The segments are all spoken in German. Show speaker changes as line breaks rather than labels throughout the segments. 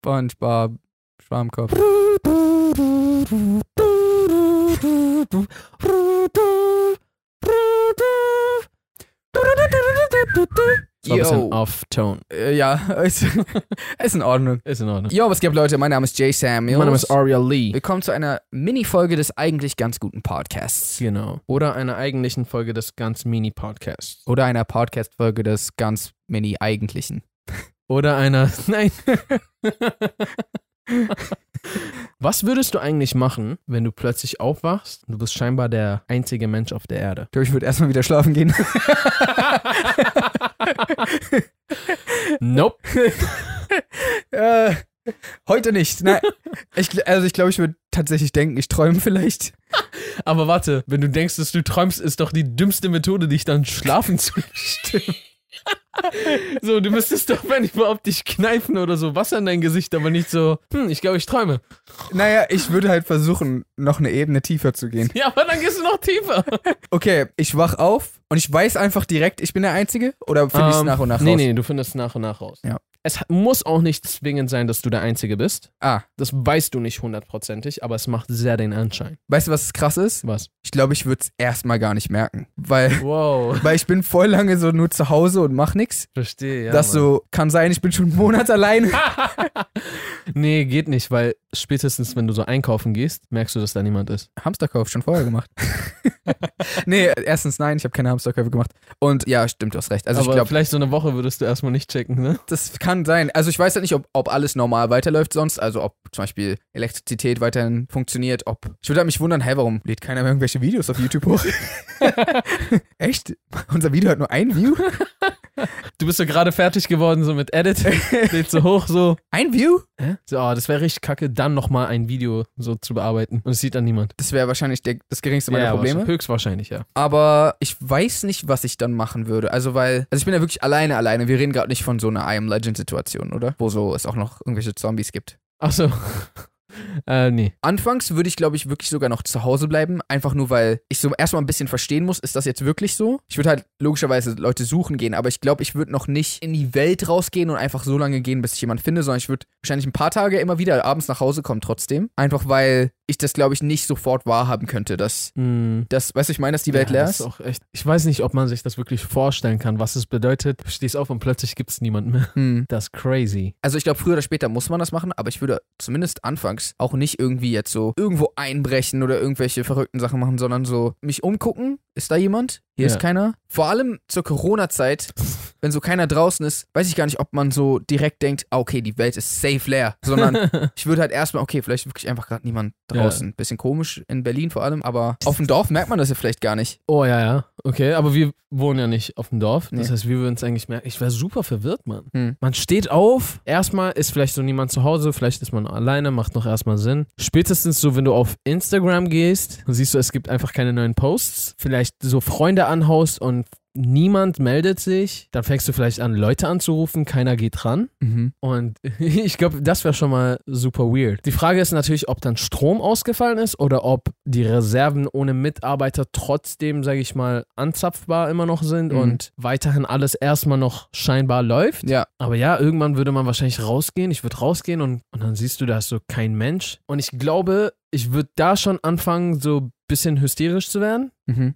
SpongeBob, Schwammkopf.
Das war ein bisschen
Yo.
off-tone.
Äh, Ja, ist, ist in Ordnung.
Ist in Ordnung.
Yo, was gibt Leute? Mein Name ist Jay Samuels.
Mein Name ist Aria Lee.
Willkommen zu einer Mini-Folge des eigentlich ganz guten Podcasts.
Genau. Oder einer eigentlichen Folge des ganz Mini-Podcasts.
Oder einer Podcast-Folge des ganz Mini-Eigentlichen.
Oder einer. Nein. Was würdest du eigentlich machen, wenn du plötzlich aufwachst? Du bist scheinbar der einzige Mensch auf der Erde.
Ich glaube, ich würde erstmal wieder schlafen gehen.
Nope.
Äh, heute nicht. Nein. Ich, gl- also ich glaube, ich würde tatsächlich denken, ich träume vielleicht.
Aber warte, wenn du denkst, dass du träumst, ist doch die dümmste Methode, dich dann schlafen zu stimmen. So, du müsstest doch, wenn überhaupt, dich kneifen oder so Wasser in dein Gesicht, aber nicht so, hm, ich glaube, ich träume.
Naja, ich würde halt versuchen, noch eine Ebene tiefer zu gehen.
Ja, aber dann gehst du noch tiefer.
Okay, ich wach auf und ich weiß einfach direkt, ich bin der Einzige? Oder finde ich es
Ähm,
nach und nach
nee,
raus?
Nee, du findest es nach und nach raus.
Ja.
Es ha- muss auch nicht zwingend sein, dass du der Einzige bist.
Ah,
Das weißt du nicht hundertprozentig, aber es macht sehr den Anschein.
weißt du, was krass ist?
Was?
Ich glaube, ich würde es erstmal gar nicht merken. Weil,
Wow.
weil ich bin voll lange so nur zu Hause und mach nichts.
Verstehe, ja.
das so kann sein, ich bin schon einen Monat alleine.
Nee, geht nicht, weil spätestens, wenn du so einkaufen gehst, merkst du, dass da niemand ist.
Hamsterkauf schon vorher gemacht. nee, erstens nein, ich habe keine Hamsterkäufe gemacht. Und ja, stimmt, du hast recht. Also
aber
ich glaube,
vielleicht so eine Woche würdest du erstmal nicht checken, ne?
das kann sein. Also ich weiß halt nicht, ob, ob alles normal weiterläuft sonst. Also ob zum Beispiel Elektrizität weiterhin funktioniert, ob. Ich würde halt mich wundern, hä, warum lädt keiner mehr irgendwelche Videos auf YouTube hoch? Echt? Unser Video hat nur ein View?
Du bist so gerade fertig geworden, so mit Edit, lädst so hoch, so.
Ein View?
Hä? So, oh, das wäre richtig kacke, dann nochmal ein Video so zu bearbeiten. Und es sieht dann niemand.
Das wäre wahrscheinlich der, das geringste meiner
Ja, wahrscheinlich-
Probleme.
Höchstwahrscheinlich, ja.
Aber ich weiß nicht, was ich dann machen würde. Also, weil, also ich bin ja wirklich alleine, alleine. Wir reden gerade nicht von so einer I am Legend-Situation, oder? Wo so es auch noch irgendwelche Zombies gibt.
Achso. äh, nee.
Anfangs würde ich, glaube ich, wirklich sogar noch zu Hause bleiben. Einfach nur, weil ich so erstmal ein bisschen verstehen muss, ist das jetzt wirklich so? Ich würde halt logischerweise Leute suchen gehen, aber ich glaube, ich würde noch nicht in die Welt rausgehen und einfach so lange gehen, bis ich jemanden finde, sondern ich würde wahrscheinlich ein paar Tage immer wieder abends nach Hause kommen trotzdem. Einfach weil ich das, glaube ich, nicht sofort wahrhaben könnte, dass,
Hm.
dass weißt du, ich meine, dass die Welt
ja,
leer
das
ist.
ist auch echt. Ich weiß nicht, ob man sich das wirklich vorstellen kann, was es bedeutet. Du stehst auf und plötzlich gibt es niemanden mehr.
Hm.
Das ist crazy.
Also ich glaube, früher oder später muss man das machen, aber ich würde zumindest anfangs auch nicht irgendwie jetzt so irgendwo einbrechen oder irgendwelche verrückten Sachen machen, sondern so mich umgucken. Ist da jemand? Hier
Ja.
ist keiner. Vor allem zur Corona-Zeit, wenn so keiner draußen ist, weiß ich gar nicht, ob man so direkt denkt, ah, okay, die Welt ist safe leer, sondern ich würde halt erstmal, okay, vielleicht wirklich einfach gerade niemand
Ja.
draußen. Bisschen komisch in Berlin vor allem, aber auf dem Dorf merkt man das ja vielleicht gar nicht.
Oh ja, ja. Okay, aber wir wohnen ja nicht auf dem Dorf. Das
Nee.
heißt, wir würden es eigentlich merken. Ich wäre super verwirrt, Mann.
Hm.
Man steht auf, erstmal ist vielleicht so niemand zu Hause, vielleicht ist man alleine, macht noch erstmal Sinn. Spätestens so, wenn du auf Instagram gehst, dann siehst du, es gibt einfach keine neuen Posts. Vielleicht so Freunde anhaust und niemand meldet sich. Dann fängst du vielleicht an, Leute anzurufen, keiner geht ran. Und ich glaube, das wäre schon mal super weird. Die Frage ist natürlich, ob dann Strom ausgefallen ist oder ob die Reserven ohne Mitarbeiter trotzdem, sage ich mal, anzapfbar immer noch sind
Mhm.
und weiterhin alles erstmal noch scheinbar läuft.
Ja,
Aber ja, irgendwann würde man wahrscheinlich rausgehen. Ich würde rausgehen und, und dann siehst du, da ist so kein Mensch. Und ich glaube, ich würde da schon anfangen, so ein bisschen hysterisch zu werden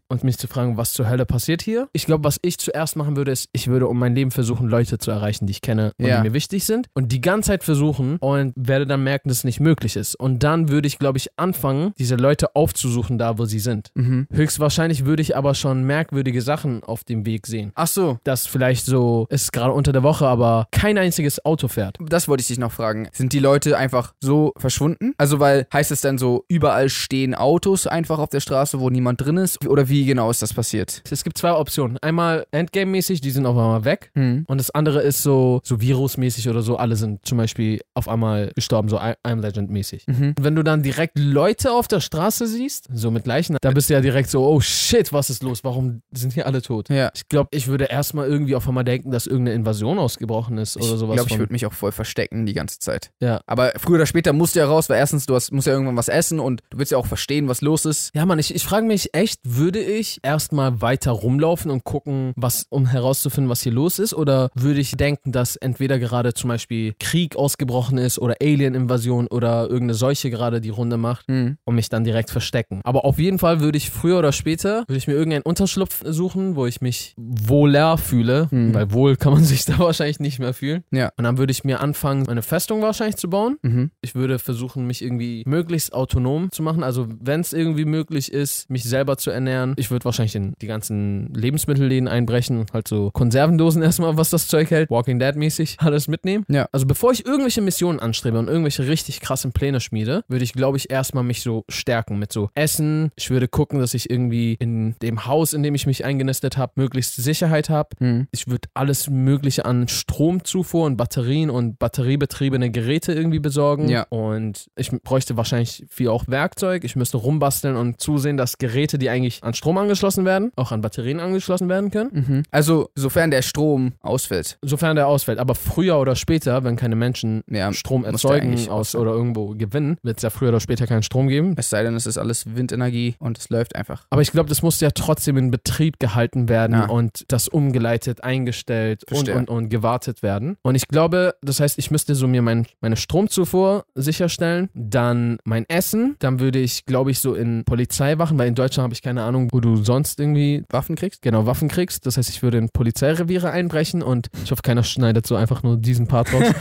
und mich zu fragen, was zur Hölle passiert hier. Ich glaube, was ich zuerst machen würde, ist, ich würde um mein Leben versuchen, Leute zu erreichen, die ich kenne und
Ja.
die mir wichtig sind. Und die ganze Zeit versuchen und werde dann merken, dass es nicht möglich ist. Und dann würde ich, glaube ich, anfangen, diese Leute aufzusuchen, da wo sie sind.
Mhm.
Höchstwahrscheinlich würde ich aber schon merkwürdige Sachen auf dem Weg sehen.
Ach so,
Dass vielleicht so, es ist gerade unter der Woche, aber kein einziges Auto fährt.
Das wollte ich dich noch fragen. Sind die Leute einfach so verschwunden? Also, weil heißt es dann so, überall stehen Autos einfach auf der Straße, wo niemand drin ist? Oder wie genau ist das passiert?
Es gibt zwei Optionen. Einmal Endgame-mäßig, die sind auf einmal weg.
Hm.
Und das andere ist so, so virusmäßig oder so, alle sind zum Beispiel auf einmal gestorben, so I I'm Legend-mäßig.
Mhm.
Und Wenn du dann direkt Leute auf der Straße siehst, so mit Leichen, dann bist du ja direkt so, oh shit, was ist los? Warum sind hier alle tot?
Ja.
Ich glaube, ich würde erstmal irgendwie auf einmal denken, dass irgendeine Invasion ausgebrochen ist oder sowas.
ich glaube, ich
von-
würde mich auch voll verstecken die ganze Zeit.
Ja.
Aber früher oder später musst du ja raus, weil erstens, du hast, musst ja irgendwann was essen und du willst ja auch verstehen, was los ist.
ja, Mann, ich, ich frage mich echt, würde ich erstmal weiter rumlaufen und gucken, was, um herauszufinden, was hier los ist? Oder würde ich denken, dass entweder gerade zum Beispiel Krieg ausgebrochen ist oder Alien-Invasion oder irgendeine Seuche gerade die Runde macht
Mhm.
und mich dann direkt verstecken? Aber auf jeden Fall würde ich früher oder später, würde ich mir irgendeinen Unterschlupf suchen, wo ich mich wohler fühle,
Mhm.
weil wohl kann man sich da wahrscheinlich nicht mehr fühlen.
Ja.
Und dann würde ich mir anfangen, meine Festung wahrscheinlich zu bauen.
Mhm.
Ich würde versuchen, mich irgendwie möglichst autonom zu machen. Also, wenn es irgendwie möglich ist, mich selber zu ernähren. Ich würde wahrscheinlich in die ganzen Lebensmittelläden einbrechen und halt so Konservendosen erstmal, was das Zeug hält. Walking Dead-mäßig alles mitnehmen.
Ja.
Also, bevor ich irgendwelche Missionen anstrebe und irgendwelche richtig krassen Pläne schmiede, würde ich, glaube ich, erstmal mich so stärken mit so Essen. Ich würde gucken, dass ich irgendwie in dem Haus, in dem ich mich eingenistet habe, möglichst Sicherheit habe.
Mhm.
Ich würde alles Mögliche an Stromzufuhr und Batterien und batteriebetriebene Geräte irgendwie besorgen.
Ja.
Und ich bräuchte wahrscheinlich viel auch Werkzeug. Ich müsste rumbasteln und zusehen, dass Geräte, die eigentlich an Strom angeschlossen werden, auch an Batterien angeschlossen werden können.
Mhm. Also, sofern der Strom ausfällt.
Sofern der ausfällt. Aber früher oder später, wenn keine Menschen
Ja,
Strom
Ähm, der
erzeugen
eigentlich
aus
ausfallen.
oder irgendwo gewinnen, wird es ja früher oder später keinen Strom geben.
es sei denn, es ist alles Windenergie und es läuft einfach.
Aber ich glaube, das musste ja trotzdem in Betrieb gehalten werden
Ja.
und das umgeleitet, eingestellt und,
Verstehe.
und, und gewartet werden. Und ich glaube, das heißt, ich müsste so mir mein, meine Stromzufuhr sicherstellen, dann mein Essen, dann würde ich, glaube ich, so in Polizeiwachen, weil in Deutschland habe ich keine Ahnung, wo du sonst irgendwie
Waffen kriegst?
genau Waffen kriegst. Das heißt, ich würde in Polizeireviere einbrechen und ich hoffe, keiner schneidet so einfach nur diesen Part raus.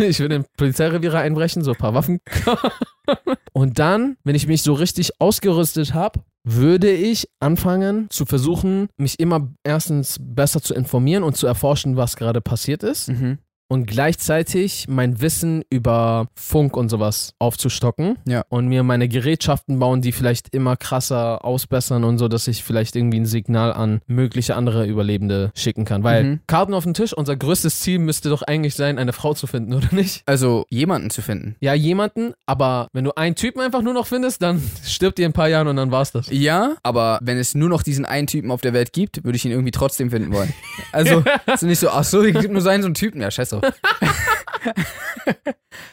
ich würde in Polizeireviere einbrechen, so ein paar Waffen. und dann, wenn ich mich so richtig ausgerüstet habe, würde ich anfangen zu versuchen, mich immer erstens besser zu informieren und zu erforschen, was gerade passiert ist
Mhm.
und gleichzeitig mein Wissen über Funk und sowas aufzustocken.
Ja.
Und mir meine Gerätschaften bauen, die vielleicht immer krasser ausbessern und so, dass ich vielleicht irgendwie ein Signal an mögliche andere Überlebende schicken kann. Weil
Mhm.
Karten auf den Tisch, unser größtes Ziel müsste doch eigentlich sein, eine Frau zu finden, oder nicht?
Also, jemanden zu finden.
Ja, jemanden, aber wenn du einen Typen einfach nur noch findest, dann stirbt ihr in ein paar Jahren und dann war's das.
Ja, aber wenn es nur noch diesen einen Typen auf der Welt gibt, würde ich ihn irgendwie trotzdem finden wollen. Also, es ist nicht so, ach so, es gibt nur so einen, so einen Typen. Ja, scheiße.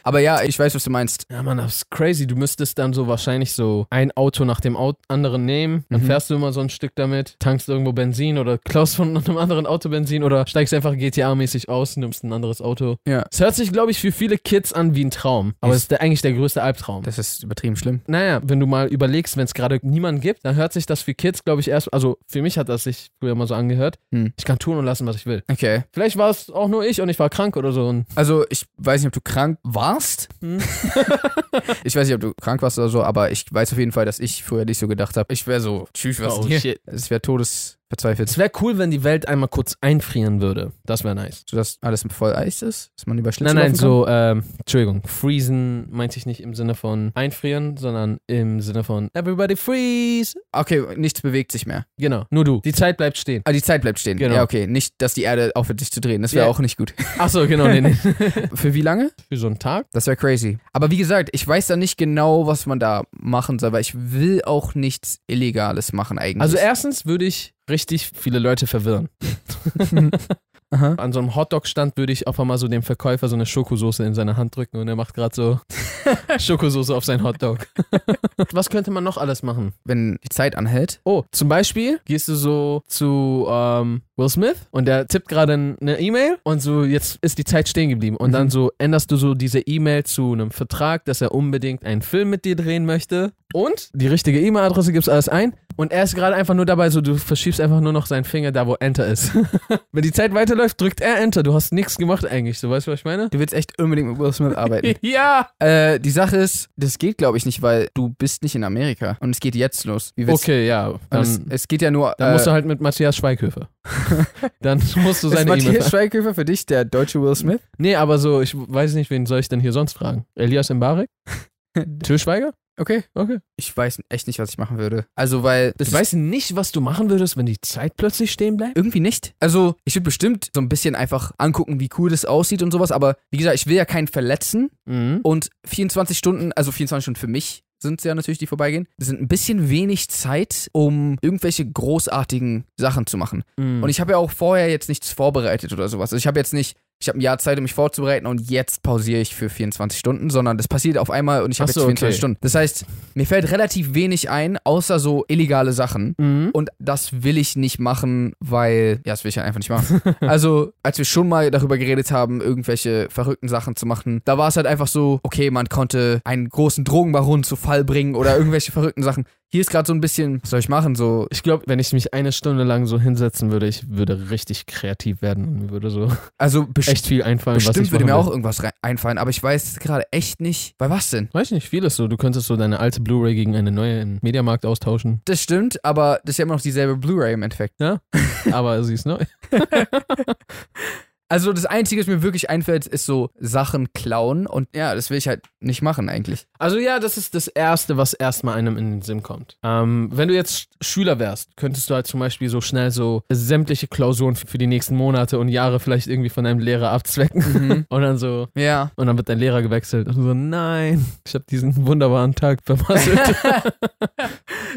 aber ja, ich weiß, was du meinst.
Ja, Mann, das ist crazy. Du müsstest dann so wahrscheinlich so ein Auto nach dem Au- anderen nehmen. Dann
Mhm.
fährst du immer so ein Stück damit, tankst irgendwo Benzin oder klaust von einem anderen Auto Benzin oder steigst einfach GTA-mäßig aus, nimmst ein anderes Auto.
Ja.
Es hört sich, glaube ich, für viele Kids an wie ein Traum. Aber es ist der, eigentlich der größte Albtraum.
Das ist übertrieben schlimm.
Naja, wenn du mal überlegst, wenn es gerade niemanden gibt, dann hört sich das für Kids, glaube ich, erst. Also für mich hat das sich früher mal so angehört.
Hm.
Ich kann tun und lassen, was ich will.
Okay.
Vielleicht war es auch nur ich und ich war krank oder so. Und
Also, ich weiß nicht, ob du krank warst.
Hm.
ich weiß nicht, ob du krank warst oder so, aber ich weiß auf jeden Fall, dass ich früher nicht so gedacht habe. Ich wäre so, tschüss, was
Oh,
ist denn hier?
shit.
Es wäre todesverzweifelt.
es wäre cool, wenn die Welt einmal kurz einfrieren würde. Das wäre nice.
Sodass alles voll Eis ist, dass man über Schlitze
Nein, nein,
laufen
so, ähm, Entschuldigung, freezen meinte ich nicht im Sinne von einfrieren, sondern im Sinne von everybody freeze.
kann? Okay, nichts bewegt sich mehr.
Genau, nur du. Die Zeit bleibt stehen.
Ah, die Zeit bleibt stehen.
Genau.
Ja, okay. Nicht, dass die Erde aufhört, sich zu drehen. Das wäre
Ja.
auch nicht gut.
Achso, genau, nee, nee.
Für wie lange?
Für so einen Tag?
Das wäre crazy. Aber wie gesagt, ich weiß da nicht genau, was man da machen soll, weil ich will auch nichts Illegales machen eigentlich.
Also erstens würde ich richtig viele Leute verwirren.
Aha.
An so einem Hotdog-Stand würde ich auf einmal so dem Verkäufer so eine Schokosoße in seine Hand drücken und er macht gerade so Schokosoße auf seinen Hotdog. Was könnte man noch alles machen?
wenn die Zeit anhält.
Oh, zum Beispiel gehst du so zu ähm, Will Smith und der tippt gerade eine E-Mail und so, jetzt ist die Zeit stehen geblieben. Und dann
Mhm.
so änderst du so diese E-Mail zu einem Vertrag, dass er unbedingt einen Film mit dir drehen möchte. Und die richtige E-Mail-Adresse gibst alles ein. Und er ist gerade einfach nur dabei, so du verschiebst einfach nur noch seinen Finger da, wo Enter ist. Wenn die Zeit weiterläuft, drückt er Enter. Du hast nichts gemacht eigentlich. So, weißt du, was ich meine?
Du willst echt unbedingt mit Will Smith arbeiten.
Ja!
äh, die Sache ist, das geht glaube ich nicht, weil du bist nicht in Amerika und es geht jetzt los. Wie willst
Okay, ja.
Und es,
Dann,
es geht ja nur.
dann
äh,
musst du halt mit Matthias Schweighöfer. dann musst du
ist
seine E-Mail.
Matthias Schweighöfer für dich der deutsche Will Smith?
Nee, aber so, ich weiß nicht, wen soll ich denn hier sonst fragen? Elias Mbarek? Till Schweiger?
Okay.
Okay.
Ich weiß echt nicht, was ich machen würde. Also, weil. Das
Ich weiß nicht, was du machen würdest, wenn die Zeit plötzlich stehen bleibt.
Irgendwie nicht. Also, ich würde bestimmt so ein bisschen einfach angucken, wie cool das aussieht und sowas. Aber wie gesagt, ich will ja keinen verletzen.
Mhm.
Und 24 Stunden, also 24 Stunden für mich sind es ja natürlich, die vorbeigehen, sind ein bisschen wenig Zeit, um irgendwelche
Hm.
großartigen Sachen zu machen. Und ich habe ja auch vorher jetzt nichts vorbereitet oder sowas. Also ich habe jetzt nicht ich habe ein Jahr Zeit, um mich vorzubereiten und jetzt pausiere ich für 24 Stunden, sondern das passiert auf einmal und ich habe
Ach so,
jetzt 24
okay.
Stunden. Das heißt, mir fällt relativ wenig ein, außer so illegale Sachen.
Mhm.
Und das will ich nicht machen, weil, ja, das will ich halt einfach nicht machen. Also, als wir schon mal darüber geredet haben, irgendwelche verrückten Sachen zu machen, da war es halt einfach so, okay, man konnte einen großen Drogenbaron zu Fall bringen oder irgendwelche verrückten Sachen. Hier ist gerade so ein bisschen, was soll ich machen? So,
Ich glaube, wenn ich mich eine Stunde lang so hinsetzen würde, ich würde richtig kreativ werden und mir würde so
also best
echt viel einfallen, was
bestimmt
ich
würde mir
machen
auch
will.
irgendwas rein- einfallen, aber ich weiß gerade echt nicht, bei was denn?
Weiß nicht, vieles so. Du könntest so deine alte Blu-ray gegen eine neue im Mediamarkt austauschen.
Das stimmt, aber das ist ja immer noch dieselbe Blu-ray im Endeffekt.
Aber sie ist neu.
Also das Einzige, was mir wirklich einfällt, ist so Sachen klauen und ja, das will ich halt nicht machen eigentlich.
Also ja, das ist das Erste, was erstmal einem in den Sinn kommt. Ähm, wenn du jetzt Schüler wärst, könntest du halt zum Beispiel so schnell so sämtliche Klausuren für die nächsten Monate und Jahre vielleicht irgendwie von deinem Lehrer abzwecken. Und dann so,
Ja.
und dann wird dein Lehrer gewechselt. Und du so, nein, ich habe diesen wunderbaren Tag vermasselt.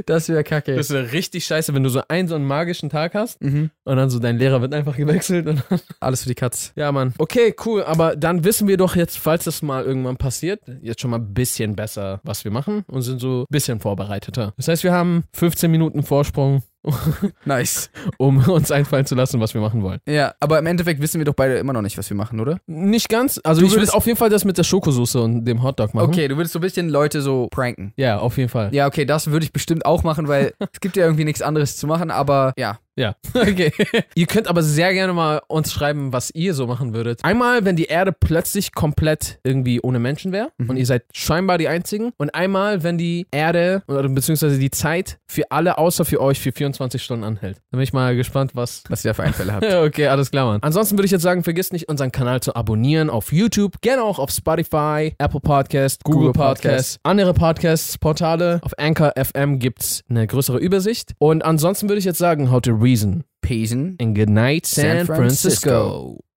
Das wäre kacke.
das wäre richtig scheiße, wenn du so einen so einen magischen Tag hast
mhm.
und dann so dein Lehrer wird einfach gewechselt und
Alles für die Katz.
Ja, Mann. Okay, cool. Aber dann wissen wir doch jetzt, falls das mal irgendwann passiert, jetzt schon mal ein bisschen besser, was wir machen und sind so ein bisschen vorbereiteter. Das heißt, wir haben 15 Minuten Vorsprung,
Nice.
um uns einfallen zu lassen, was wir machen wollen.
Ja, aber im Endeffekt wissen wir doch beide immer noch nicht, was wir machen, oder?
Nicht ganz. Also,
Du
ich würde
würdest-
auf jeden Fall das mit der Schokosoße und dem Hotdog machen.
Okay, du würdest so ein bisschen Leute so pranken.
Ja, auf jeden Fall.
Ja, okay, das würde ich bestimmt auch machen, weil es gibt ja irgendwie nichts anderes zu machen, aber ja.
Ja. Okay. ihr könnt aber sehr gerne mal uns schreiben, was ihr so machen würdet. Einmal, wenn die Erde plötzlich komplett irgendwie ohne Menschen wäre und ihr seid scheinbar die Einzigen. Und einmal, wenn die Erde oder beziehungsweise die Zeit für alle außer für euch für 24 Stunden anhält. Da bin ich mal gespannt, was.
Was ihr da für Einfälle habt.
Ja, Okay, alles klar, Mann. Ansonsten würde ich jetzt sagen, vergisst nicht, unseren Kanal zu abonnieren auf YouTube, gerne auch auf Spotify, Apple Podcast, Google,
Google
Podcast,
Podcast.
andere Podcasts, Portale. Auf Anchor FM gibt's eine größere Übersicht. Und ansonsten würde ich jetzt sagen, how to reason
Pesen.
and good night,
San
San, Francisco.
Francisco.